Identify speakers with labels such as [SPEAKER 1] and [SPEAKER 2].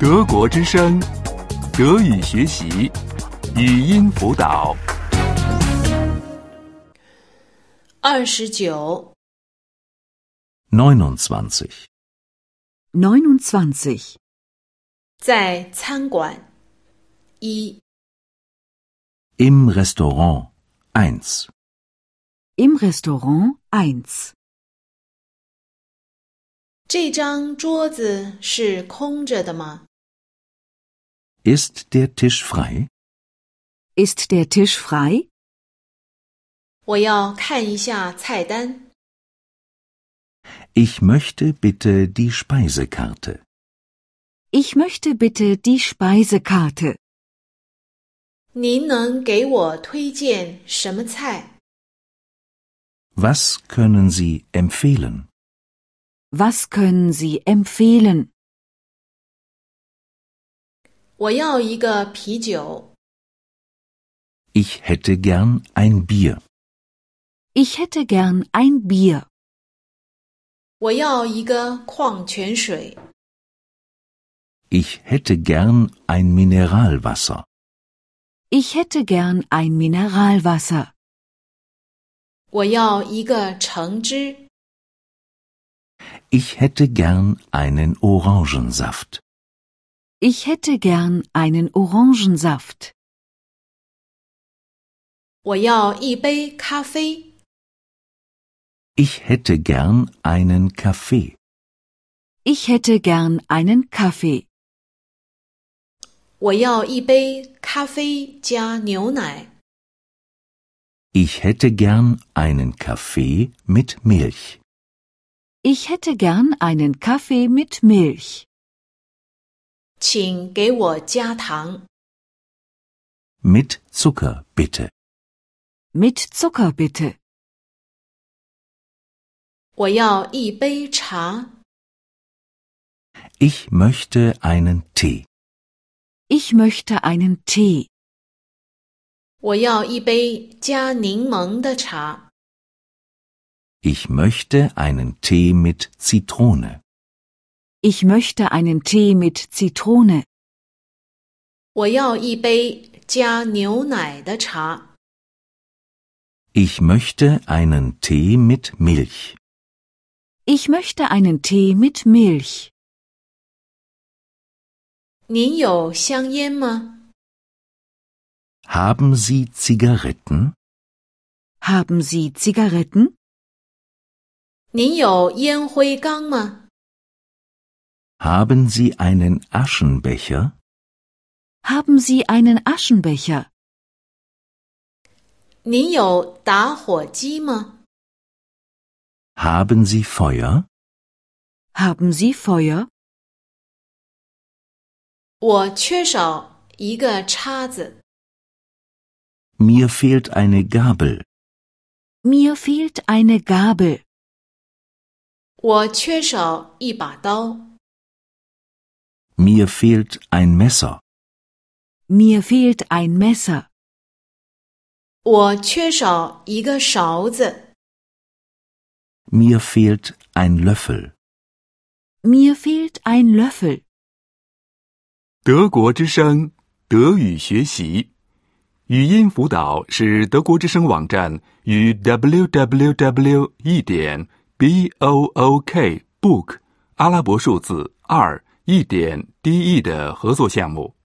[SPEAKER 1] 德国之声，德语学习，语音辅导。
[SPEAKER 2] 二十九，
[SPEAKER 3] 29.
[SPEAKER 4] 29.
[SPEAKER 2] 在餐馆。一，
[SPEAKER 3] Im Restaurant 1.
[SPEAKER 4] Im Restaurant 1.
[SPEAKER 2] 这张桌子是空着的吗？
[SPEAKER 3] Ist der Tisch frei?
[SPEAKER 4] Ist der Tisch frei?
[SPEAKER 2] 我要看一下菜单。
[SPEAKER 3] Ich möchte bitte die Speisekarte.
[SPEAKER 4] Ich möchte bitte die Speisekarte.
[SPEAKER 2] 您能给我推荐什么菜？
[SPEAKER 3] Was können Sie empfehlen?
[SPEAKER 4] Was können Sie empfehlen?
[SPEAKER 2] 我要一个啤酒。
[SPEAKER 3] Ich hätte gern ein Bier.
[SPEAKER 4] Ich hätte gern ein Bier.
[SPEAKER 2] 我要一个矿泉水。
[SPEAKER 3] Ich hätte gern ein Mineralwasser.
[SPEAKER 4] Ich hätte gern ein Mineralwasser.
[SPEAKER 2] 我要一个橙汁。
[SPEAKER 3] Ich hätte gern einen Orangensaft.
[SPEAKER 4] Ich hätte gern einen Orangensaft.
[SPEAKER 2] 我要一杯咖啡。
[SPEAKER 3] Ich hätte gern einen Kaffee.
[SPEAKER 4] Ich hätte gern einen Kaffee.
[SPEAKER 2] 我要一杯咖啡加牛奶。
[SPEAKER 3] Ich hätte gern einen Kaffee mit Milch.
[SPEAKER 4] Ich hätte gern einen Kaffee mit Milch.
[SPEAKER 2] 请给我加糖。
[SPEAKER 3] Mit Zucker, bitte.
[SPEAKER 4] Mit Zucker bitte.
[SPEAKER 2] 我要一杯茶。
[SPEAKER 3] Ich möchte einen Tee.
[SPEAKER 4] Ich möchte einen Tee.
[SPEAKER 2] 我要一杯加柠檬的茶。
[SPEAKER 3] Ich möchte einen Tee mit Zitrone.
[SPEAKER 4] Ich möchte einen Tee mit Zitrone.
[SPEAKER 2] 我要一杯加牛奶的茶。
[SPEAKER 3] Ich möchte einen Tee mit Milch.
[SPEAKER 4] Ich möchte einen Tee mit Milch.
[SPEAKER 2] 您有香烟吗？
[SPEAKER 3] Haben Sie Zigaretten?
[SPEAKER 4] Haben Sie Zigaretten?
[SPEAKER 2] 您有烟灰缸吗？
[SPEAKER 3] Haben Sie einen Aschenbecher?
[SPEAKER 4] Haben Sie einen Aschenbecher?
[SPEAKER 2] 您有打火机吗？
[SPEAKER 3] Haben Sie Feuer?
[SPEAKER 4] Haben Sie Feuer?
[SPEAKER 2] 我缺少一个叉子。
[SPEAKER 3] Mir fehlt eine Gabel.
[SPEAKER 4] Mir fehlt eine Gabel.
[SPEAKER 2] 我缺少一把刀。
[SPEAKER 3] Mir fehlt ein Messer.
[SPEAKER 4] Mir fehlt ein Messer.
[SPEAKER 2] 我缺少一个勺子。
[SPEAKER 3] Mir fehlt ein Löffel.
[SPEAKER 4] Mir fehlt ein Löffel.
[SPEAKER 1] 德国之声，德语学习，语音辅导是德国之声网站与 www. 一点 b o o k book 阿拉伯数字二一点 d e 的合作项目。